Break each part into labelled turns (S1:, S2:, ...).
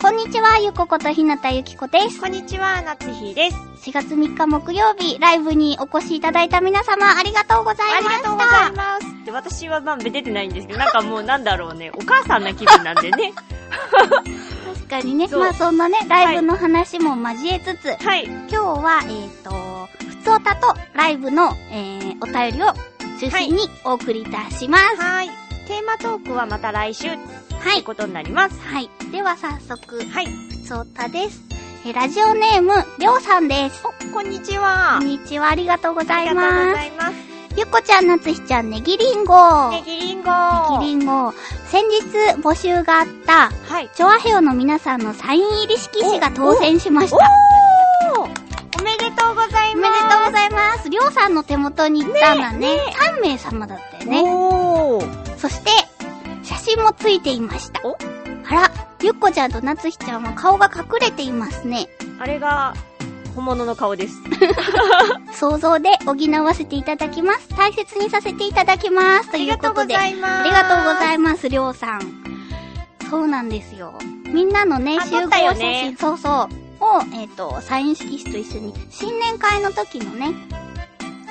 S1: こんにちは、ゆこことひなたゆきこです。
S2: こんにちは、夏日です。
S1: 4月3日木曜日、ライブにお越しいただいた皆様、ありがとうござ
S2: あ
S1: い
S2: り
S1: ました。
S2: がとうございます。で、私はまあ出てないんですけど、なん かもうなんだろうね、お母さんな気分なんで ね。
S1: 確かにね、
S2: そう
S1: まあそんなね、ライブの話も交えつつ、
S2: はい。
S1: 今日は、えっ、と、ふつおたとライブの、えー、お便りを中心にお送りいたします。
S2: はい。テーマトークはまた来週っ
S1: は
S2: て
S1: い。はい。
S2: ことになります。
S1: では早速、
S2: はい。
S1: ふつおたです。えーラジオネーム、りょうさんです。
S2: お、こんにち
S1: こ
S2: は。
S1: んにちは、ありがとうござ
S2: あり
S1: い
S2: がとうご
S1: ま
S2: ざ
S1: す。
S2: います。
S1: ゆっこちゃん、なつひちゃん、ねぎりんご。
S2: ネ
S1: ね
S2: ギリンゴ。
S1: ぎりんご。先日募集があった、
S2: はい。
S1: チョアヘオの皆さんのサイン入り色紙が当選しました。
S2: おーおめでとうござい
S1: おめで
S2: ます。
S1: とうございます。りょうさんの手元に行ったんだね。3名様だったよね。
S2: おー
S1: そして、写真もついていました。
S2: お
S1: あら、ゆっこちゃんとなつひちゃんは顔が隠れていますね。
S2: あれが、本物の顔です。
S1: 想像で補わせていただきます。大切にさせていただきます。と
S2: あり
S1: いう
S2: がと
S1: こ
S2: うご
S1: とで。
S2: ざいます。
S1: ありがとうござ
S2: い
S1: います、りょうさん。そうなんですよ。みんなのね、
S2: あ
S1: 集
S2: 撮
S1: 合
S2: った
S1: 写
S2: よ
S1: 真、
S2: ね
S1: そうそう、を、えっ、と、サイン色紙と一緒に、新年会の時のね、
S2: ま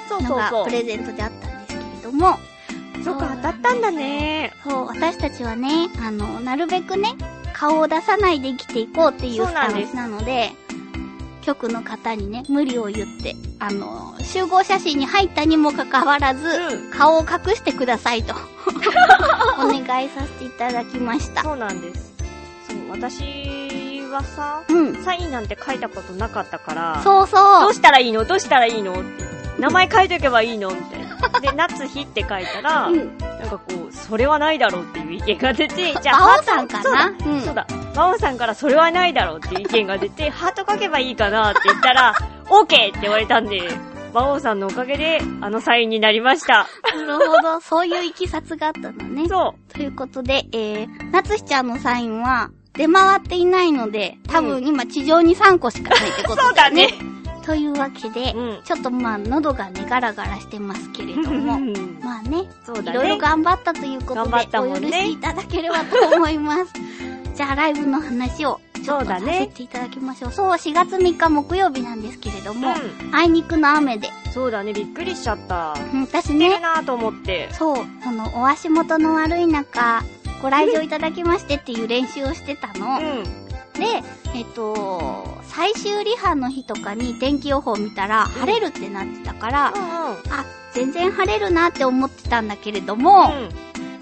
S2: す。そう
S1: の
S2: そう
S1: が
S2: そう
S1: プ。レゼントであったんですけれども、
S2: そっか、当たったんだね。
S1: そう、私たちはね、あの、なるべくね、顔を出さないで生きていこうっていう
S2: そう
S1: ス
S2: な
S1: タ
S2: んで
S1: ン
S2: す
S1: スなので、局の方にね、無理を言って、あの、集合写真に入ったにもかかわらず、
S2: うん
S1: 顔を隠してくださ いと、お願いさせていただきました。
S2: そうなんです。そう、私はさ、
S1: うん。
S2: サインなんて書いたことなかったから、
S1: そう
S2: ど
S1: そうう。
S2: したらいいのどうしたらいいのって。名前書いとけばいいのみたいな。 で、夏日って書いたら、
S1: うん、
S2: なんかこう、それはないだろうっていう意見が出て、じゃあ、
S1: バオさんかなう
S2: そう
S1: う
S2: だ、バオさんからそれはないだろうっていう意見が出て、ハート書けばいいかなって言ったら、 オーケーって言われたんで、バオさんのおかげで、あのサインになりました。
S1: ん。なるほど。そういういきさつがあったのね。
S2: そ
S1: ということで、えー、なつひちゃんのサインは出回っていないので、多分今地上に3個しかないってこ
S2: う。 そ
S1: と
S2: うだ
S1: だね。。
S2: ね
S1: というわけで、
S2: うん。
S1: ちょっとまあ喉がね、ガラガラしてますけれども、まあね、
S2: そうだ
S1: い
S2: ね。
S1: ろいろ頑張ったということ
S2: 頑
S1: で、
S2: 張った
S1: お
S2: も
S1: 許
S2: んね
S1: しいただければと思い ます。じゃあライブの話をちょっ
S2: そう
S1: と
S2: だ
S1: さ
S2: ね
S1: せていただきましょう。そう,、4月3日木曜日なんですけれども、
S2: う
S1: あいにくの雨で、
S2: ん。そうだね、びっくりしちゃった。
S1: うん私
S2: 寝る
S1: ね、
S2: なぁと思って。
S1: そう、あの、お足元の悪い中、ご来場いただきましてっていう練習をしてたの。
S2: うん。
S1: で、えっと、最終リハの日とかに天気予報見たら、晴れるってなってたから、
S2: う
S1: あ、全然晴れるなって思ってたんだけれども、
S2: ん。うん。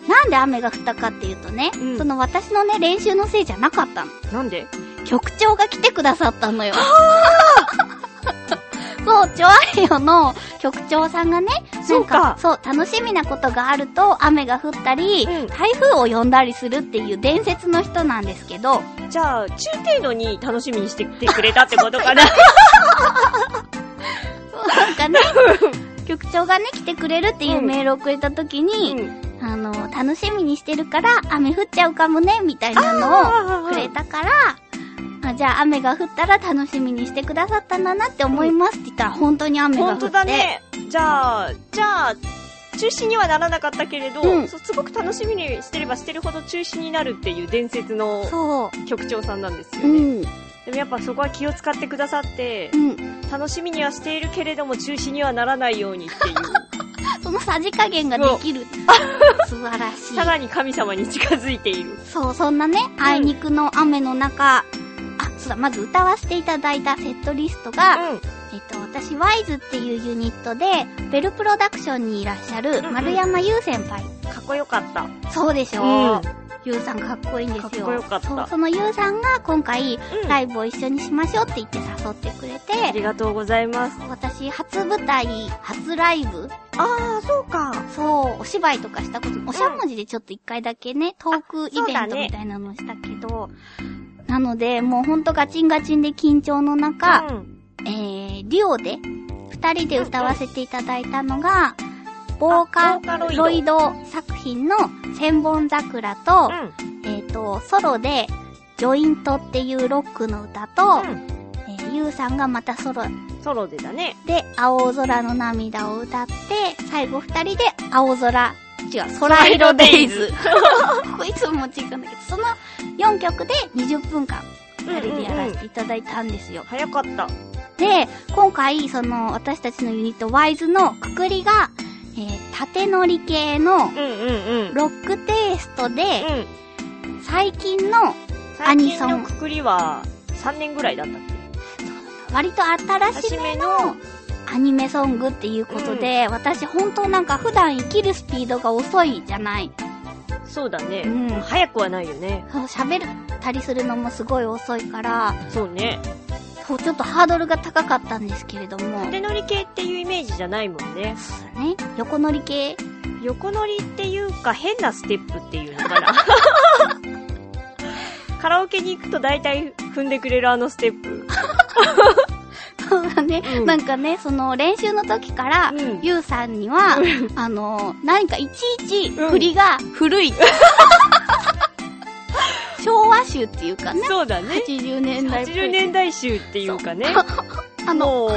S1: なんで雨が降ったかっていうとね、
S2: うん
S1: その私のね、練習のせいじゃなかったの。
S2: なんで
S1: 局長が来てくださったのよ。 そう、チョアヘヨの局長さんがね、
S2: そうか
S1: なんそう、楽しみなことがあると雨が降ったり、
S2: うん
S1: 台風を呼んだりするっていう伝説の人なんですけど、
S2: じゃあ、中程度に楽しみにしてきてくれたってこと かな。
S1: なんか ね、局長がね、来てくれるっていうメールをくれた時
S2: う
S1: に、
S2: ん。
S1: あの、楽しみにしてるから、雨降っちゃうかもね、みたいなのをくれたから、あじゃあ雨が降ったら楽しみにしてくださったんだなって思いますって言ったら、本当に雨が降
S2: 本
S1: って。
S2: 当だね。じゃあ、じゃあ、中止にはならなかったけれど、
S1: うん
S2: そうすごく楽しみにしてればしてるほど中止になるっていう伝説の
S1: そ
S2: 局長さんなんですよ
S1: う。う
S2: ね。
S1: ん。
S2: でもやっぱそこは気を使ってくださって
S1: う、ん。
S2: 楽しみにはしているけれども中止にはならないように っていう、
S1: そのさじ加減ができる。素晴らし
S2: さ
S1: い。
S2: らに神様に近づいている。
S1: そう、そんなね、あいにくの雨の中、あ、そうだ、まず歌わせていただいたセットリストが、えっと、私、ワイズっていうユニットで、ベルプロダクションにいらっしゃる
S2: んうん
S1: 丸山優先輩。
S2: うん。かっこよかった。
S1: そうでしょ、
S2: うん
S1: うゆうさんかっこいいんですよ。
S2: かっこよかった
S1: そうそのゆうさんが今回、
S2: うん
S1: ライブを一緒にしましょうって言って誘ってくれ
S2: あ
S1: て、
S2: りがとうございます。
S1: 私、初舞台、初ライブ、
S2: ああ、そうか。
S1: そう、お芝居とかしたことも、おしゃもじでちょっと一回だけね、トークイベ
S2: あそうだ
S1: ント
S2: ね
S1: みたいなのしたけど、なので、もうほんとガチンガチンで緊張の中、
S2: うん。
S1: えー、デュオで、二人で歌わせていただいたのが、ボー
S2: あボー
S1: カ
S2: カロイド
S1: ロイド作品の千本桜と
S2: う、ん。
S1: えっ、と、ソロで、ジョイントっていうロックの歌と、
S2: う
S1: えーゆうさんがまたソロ
S2: ん。ソロでだね。
S1: で、青空の涙を歌って、最後二人で、青空、違う、空色デイズ。 ここいつも違うんだけど、その4曲で20分間、二人でやらせていただいたんですよ。
S2: 早かった。
S1: で、今回、その、私たちのユニット、ワイズのくくりが、えー縦乗り系の
S2: うんうんうん。
S1: ロックテイストで、
S2: うん。
S1: 最近の、ア
S2: 最
S1: ニソン
S2: 近のくくりは、3年ぐらいだったっ
S1: 割と新しめのアニメソングっていうことで、私本当なんか普段生きるスピードが遅いじゃない。
S2: けそうだね。
S1: うん
S2: 早くはないよね。
S1: そう喋ったりするのもすごい遅いから、
S2: そうね。
S1: そうちょっとハードルが高かったんですけれども、
S2: 縦乗り系っていうイメージじゃないもんね。
S1: そうね、横乗り系
S2: 横乗りっていうか変なステップっていうの かな。カラオケに行くと大体踏んでくれるあのステップ。
S1: そうだね、
S2: うん
S1: なんかね、その練習の時から、
S2: うん
S1: ゆうさんには、あの、何かいちいち
S2: うん
S1: 振りが古 い。昭和集っていうかね、
S2: そうだね。
S1: 80年代っぽい。
S2: 80年代集っていうかね。
S1: あの、
S2: もう、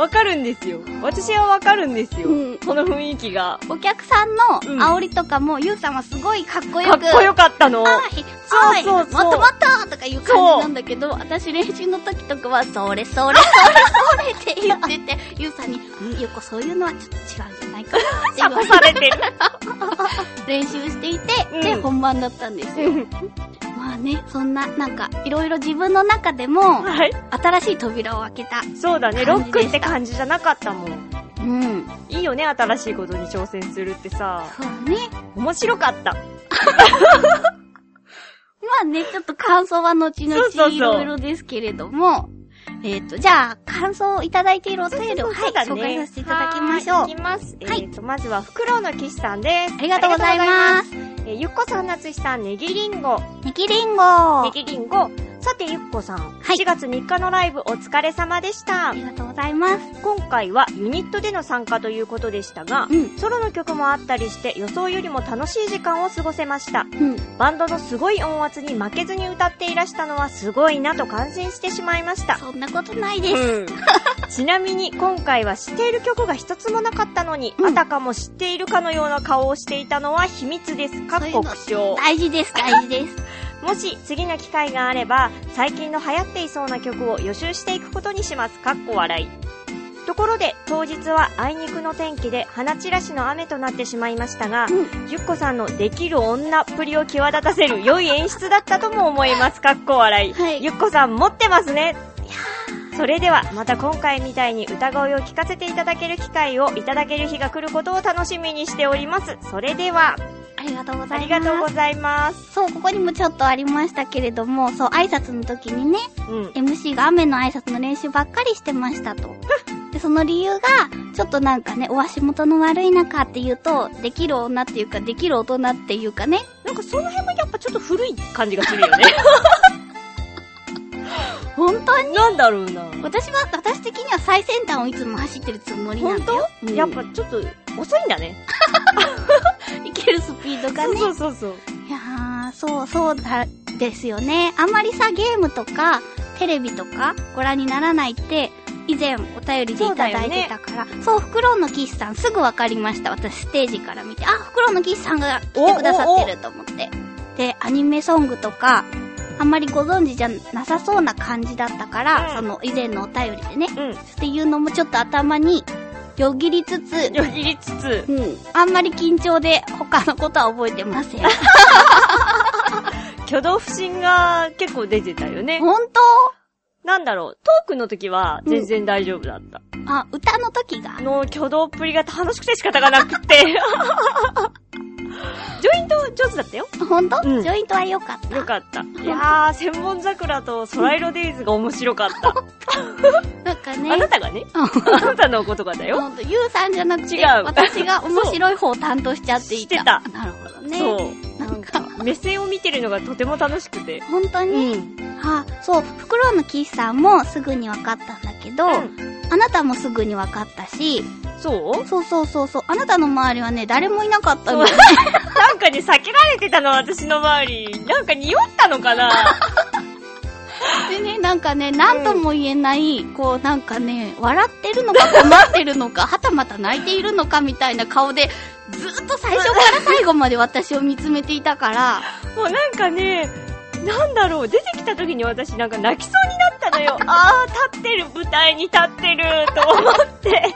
S2: わかるんですよ。私はわかるんですよ。
S1: うん
S2: この雰囲気が。
S1: お客さんの煽りとかも、ゆうさんはすごいかっこ
S2: か
S1: よ
S2: っ
S1: く、
S2: こよかったの。
S1: あひおい
S2: そうそうそう
S1: もっともっととかいう感じなんだけど、私練習の時とかは、それそれそれそれって言 ってて、ゆうさんに、んゆうこそういうのはちょっと違うんじゃないかなって言わ
S2: 諭
S1: れ
S2: されてる。
S1: て練習していて、
S2: う
S1: で、
S2: ん
S1: 本番だったんですよ。まあね、そんな、なんか、いろいろ自分の中でも、
S2: はい。
S1: 新しい扉を開けた。
S2: そうだね。ロックって感じじゃなかったもん。
S1: うん。
S2: いいよね、新しいことに挑戦するってさ。
S1: そうだね。
S2: 面白かった。
S1: まあね、ちょっと感想は後
S2: そうそう
S1: 々
S2: そう
S1: いろいろですけれども、えっ、と、じゃあ、感想をいただいているお便りを、はい、
S2: そうだね
S1: 紹介させていただきましょう
S2: はーいい。きます。え
S1: はい
S2: ーと、まずは、フクロウの騎士さんです。
S1: ありがとうございます。
S2: ありがとうございます。えーゆっこさん、なつしさん、ネギリンゴ。
S1: ネギリンゴあ
S2: ネギリンゴ。さて、ゆっこさん。
S1: はい
S2: 4月3日のライブお疲れ様でした。
S1: りがとうございます。
S2: 今回はユニットでの参加ということでしたが
S1: う、ん、
S2: ソロの曲もあったりして予想よりも楽しい時間を過ごせました。
S1: うん。
S2: バンドのすごい音圧に負けずに歌っていらしたのはすごいなと感心してしまいました。
S1: そんなことないです。
S2: ちなみに今回は知っている曲が一つもなかったのに、
S1: うん
S2: あたかも知っているかのような顔をしていたのは秘密です。かっこ苦笑。
S1: 大事です、大事です。
S2: もし次の機会があれば、最近の流行っていそうな曲を予習していくことにします。かっこ笑い。ところで、当日はあいにくの天気で花散らしの雨となってしまいましたが、
S1: うん
S2: ゆっこさんのできる女っぷりを際立たせる良い演出だったとも思います。かっこ笑い。
S1: はい
S2: ゆっこさん持ってますね。それでは、また今回みたいに歌声を聞かせていただける機会をいただける日が来ることを楽しみにしております。それでは、
S1: ありがとうご
S2: あ
S1: ざい
S2: り
S1: ま
S2: が
S1: す。
S2: とうございます。
S1: そう、ここにもちょっとありましたけれども、そう、挨拶の時にね、
S2: うん。
S1: MC が雨の挨拶の練習ばっかりしてましたと。で、その理由が、ちょっとなんかね、お足元の悪い中っていうと、できる女っていうか、できる大人っていうかね、
S2: なんかその辺もやっぱちょっと古い感じがするよ ね。
S1: 本当に
S2: なんだろうな。
S1: 私は、私的には最先端をいつも走ってるつもりな
S2: 本
S1: んだよ。
S2: 当、やっぱちょっと遅いんだね。
S1: 生きるスピードがね。
S2: そうそうそう。
S1: いやー、そう、そうだ、ですよね。あんまりさ、ゲームとか、テレビとか、ご覧にならないって、以前お便りでいただいてたから、そう,、フクロウの騎士さんすぐわかりました。私、ステージから見て、あ、フクロウの騎士さんが来てくださってると思って。で、アニメソングとか、あんまりご存知じゃなさそうな感じだったから、
S2: うん
S1: その以前のお便りでね。
S2: うん。
S1: っていうのもちょっと頭によぎりつつ、
S2: よぎりつつ、
S1: うん、あんまり緊張で他のことは覚えてま せん。
S2: 挙動不審が結構出てたよね。
S1: 本
S2: なんだろう、トークの時は全然大丈夫だった。
S1: 当あ、歌の時が
S2: あの挙動っぷりが楽しくて仕方がなくて。イント上手だったよ。
S1: ほんとジ
S2: うん
S1: ョイントは良かった。
S2: よかった。いやー、千本桜と空色デイズが面白かった。
S1: なんかね
S2: あ、なたがね、
S1: うん
S2: あなたのことがだよ。
S1: ほんと、ゆうさんじゃなくて、
S2: 違う
S1: 私が面白い方を担当しちゃってい た。
S2: してた
S1: なるほどね。
S2: そう。
S1: な
S2: なんん
S1: か
S2: か、目線を見てるのがとても楽しくて。
S1: 本当
S2: う
S1: に、
S2: ん。
S1: あ、そう、フクロウの岸さんもすぐに分かったんだけど、あなたもすぐに分かったし、
S2: そう
S1: そうそうそうそう、あなたの周りはね、誰もいなかったの。
S2: なんかね、避けられてたの、私の周り。なんか匂ったのかな
S1: でね、なんかね、なんとも言えない、こう、なんかね、笑ってるのか困ってるのか、はたまた泣いているのかみたいな顔で、ずーっと最初から最後まで私を見つめていたから、
S2: もうなんかね、なんだろう、出てきた時に私なんか泣きそうになったのよ。あー、立ってる、舞台に立ってる、と思って。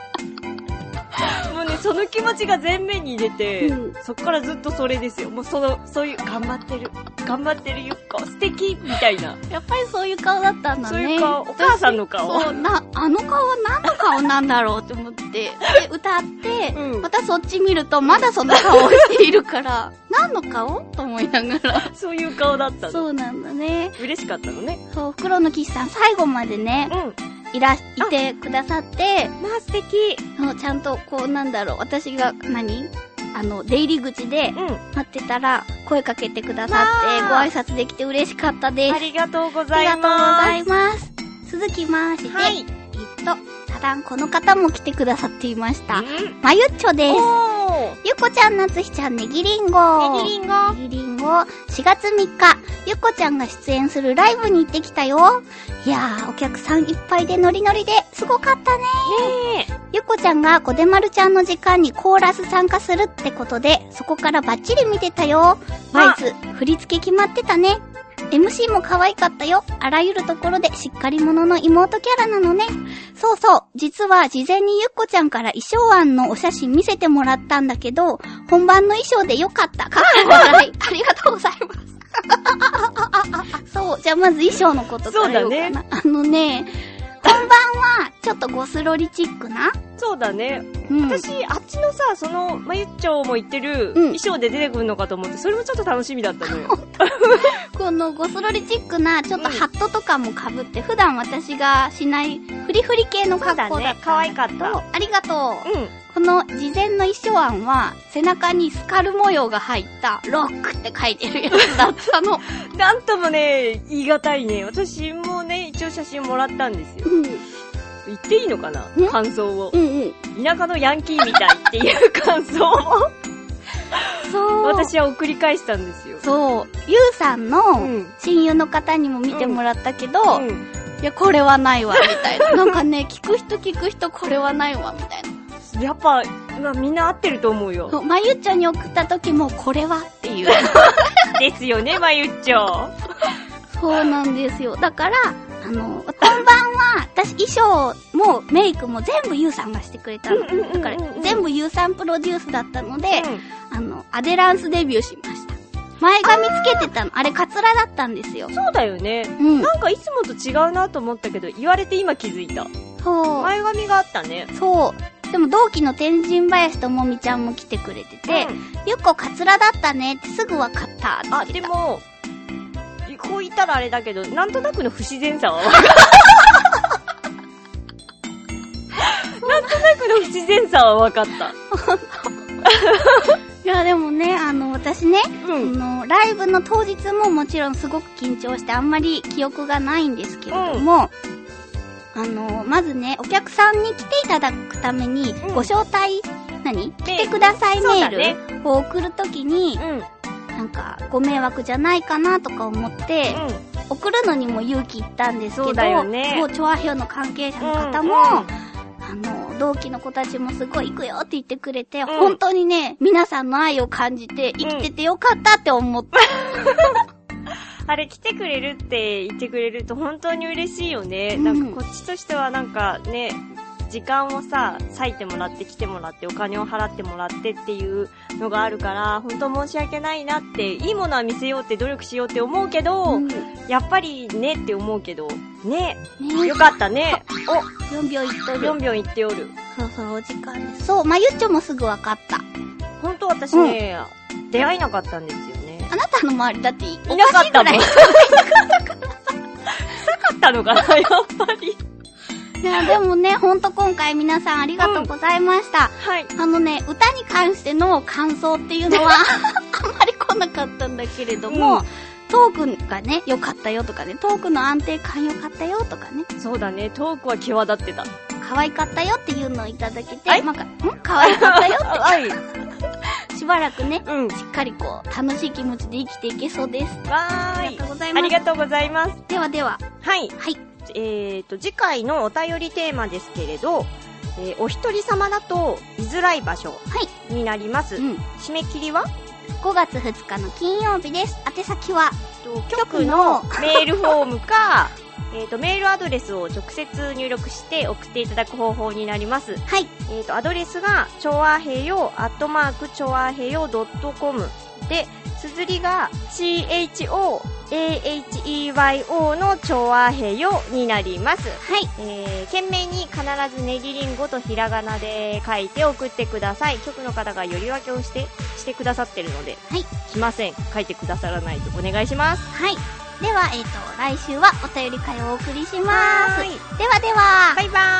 S2: もうね、その気持ちが前面に出て、
S1: う
S2: そっからずっとそれですよ。もうその、そういう、頑張ってる、頑張ってるゆっこ、素敵、みたいな。
S1: やっぱりそういう顔だったんだね。
S2: そういう顔、お母さんの顔。
S1: そう、な、あの顔は何の顔なんだろうって思って、で、歌って、
S2: うん
S1: またそっち見ると、まだその顔をしているから、何の顔と思いながら。
S2: そういう顔だったの。
S1: そうなんだね。
S2: 嬉しかったのね。
S1: そう、袋の岸さん、最後までね
S2: う、ん。
S1: いら、いてくださって、
S2: まあ素敵。
S1: もうちゃんと、こう、なんだろう、私が何、あの、出入り口で
S2: うん。
S1: 待ってたら、声かけてくださって、ご
S2: わ
S1: 挨拶できて嬉しかったです。
S2: ありがとうご
S1: あ
S2: ざ
S1: り
S2: い
S1: がとうご
S2: ます。
S1: ざいます。続きまして、
S2: はい。
S1: えっと、ただんこの方も来てくださっていました。
S2: うん
S1: まゆっちょです。
S2: お
S1: ゆっこちゃん、なつひちゃん、ねぎりんご。
S2: ー。ねぎりんご。
S1: ねぎりんご。4月3日、ゆっこちゃんが出演するライブに行ってきたよ。いやー、お客さんいっぱいでノリノリで、すごかったね。
S2: ね
S1: ゆっこちゃんがこでまるちゃんの時間にコーラス参加するってことで、そこからバッチリ見てたよ。ワイズ、振り付け決まってたね。MC も可愛かったよ。あらゆるところでしっかり者の妹キャラなのね。そうそう。実は事前にゆっこちゃんから衣装案のお写真見せてもらったんだけど、本番の衣装でよかった。 かっこ笑い。ありがとうございます。そう。じゃあまず衣装のことから言おうかな。あのね、本番はちょっとゴスロリチックな
S2: えそうだね。
S1: うん、
S2: 私、あっちのさ、その、まゆっちょも言ってる衣装で出てくるのかと思って、それもちょっと楽しみだったの よ。
S1: このゴスロリチックなちょっと
S2: うん
S1: ハットとかもかぶって、普段私がしないフリフリ系の格好だった
S2: 可愛
S1: ん
S2: かっ
S1: だけど
S2: た。
S1: ありがとう、
S2: うん。
S1: この事前の衣装案は背中にスカル模様が入ったロックって書いてるやつだった の
S2: なんともね、言い難いね。私もね、一応写真もらったんですよ。
S1: うん
S2: 言っていいのかな
S1: うん
S2: 感想を。
S1: うんうん
S2: 田舎のヤンキーみたいっていう感想を
S1: そう
S2: 私は送り返したんですよ。
S1: そうゆうさんの
S2: うん。
S1: 親友の方にも見てもらったけど、
S2: うん
S1: いやこれはないわみたいななんかね聞く人聞く人これはないわみたいな
S2: やっぱ、まあみんな合ってると思うよ。
S1: そうまゆっちょに送った時もこれはっていう
S2: ですよね、まゆっちょ。
S1: そうなんですよ。だから、あの、本番は、私衣装もメイクも全部ゆうさんがしてくれたの。だから、全部ゆうさんプロデュースだったので、あの、アデランスデビューしました。前髪つけてたの、あれカツラだったんですよ。
S2: そうだよね。
S1: うん。
S2: なんかいつもと違うなと思ったけど、言われて今気づいた。
S1: そう。
S2: 前髪があったね。
S1: そう。でも同期の天神林ともみちゃんも来てくれてて、
S2: うん
S1: ゆっこカツラだったねってすぐわかったって言
S2: あ、
S1: って
S2: で
S1: た。
S2: も、こう言ったらあれだけど、なんとなくの不自然さ はわかる。なんとなくの不自然さはわかった。
S1: いやでもね、あの、私ね、
S2: う
S1: あ
S2: ん。
S1: のライブの当日ももちろんすごく緊張してあんまり記憶がないんですけれども、あのまずねお客さんに来ていただくために
S2: うん
S1: ご招待、何
S2: メール
S1: 来てください
S2: そう
S1: メ
S2: だね
S1: ールを送るときに、
S2: うん。うん。
S1: なんかご迷惑じゃないかなとか思って、送るのにも勇気いったんですけど
S2: そうだよね
S1: そう調和表の関係者の方も、あの、同期の子たちもすごい行くよって言ってくれて、本当にね、皆さんの愛を感じて、生きててよかったって思った。
S2: あれ来てくれるって言ってくれると本当に嬉しいよね。
S1: うん
S2: なんかこっちとしてはなんかね、時間をさ、割いてもらって来てもらってお金を払ってもらってっていうのがあるから、本当申し訳ないなって、いいものは見せようって努力しようって思うけど、
S1: うん
S2: やっぱりねって思うけど、ね、
S1: ね
S2: よかった ね。お、
S1: 4秒1と
S2: ぴょ
S1: る
S2: ん。ぴょん言っておる。
S1: そうそう、お時間です。そう、まゆっちょもすぐ分かった。
S2: 本当私ね、出会えなかったんですよね。
S1: あなたの周りだってい
S2: いなか
S1: お
S2: ったの
S1: かしいぐらい
S2: いなかったのかな、やっぱり。
S1: いや、でもね、ほんと今回皆さんありがとうございました。
S2: はい。
S1: あのね、歌に関しての感想っていう のは、あんまり来なかったんだけれども、
S2: うん
S1: トークがね、良かったよとかね、トークの安定感良かったよとかね、
S2: そうだね、トークは際立ってた。
S1: 可愛かったよっていうのをいただけ
S2: は
S1: て、
S2: い
S1: なんか、ん可愛かったよ っ
S2: はい。
S1: て、しばらくね、
S2: うん。わ
S1: しっかりこう、楽しい気持ちで生きていけそうです。あ
S2: ー
S1: り
S2: い
S1: が。とうござい
S2: あ
S1: ま
S2: り
S1: す。
S2: がとうございます。
S1: ではでは、
S2: はい。
S1: はい。
S2: えーと、次回のお便りテーマですけれど、えーお一人様だと居づらい場所
S1: はい。
S2: になります。
S1: うん。
S2: 締め切りは
S1: 5月2日の金曜日です。宛先は、
S2: と局のメールフォームか、 えっと、メールアドレスを直接入力して送っていただく方法になります。
S1: はい。
S2: えっ、と、アドレスが、ちょわへよ、アットマーク、ちょわへよ .com で、綴りが、CHOAHEYO のちょわへよになります。
S1: はい。
S2: えー、懸命に必ずネギリンゴとひらがなで書いて送ってください。局の方がより分けをして、してくださってるので、
S1: はい
S2: 来ません。書いてくださらないとお願いします。
S1: はい。では、えっ、と、来週はお便り会をお送りします。
S2: はーい
S1: ではでは。
S2: バイバーイ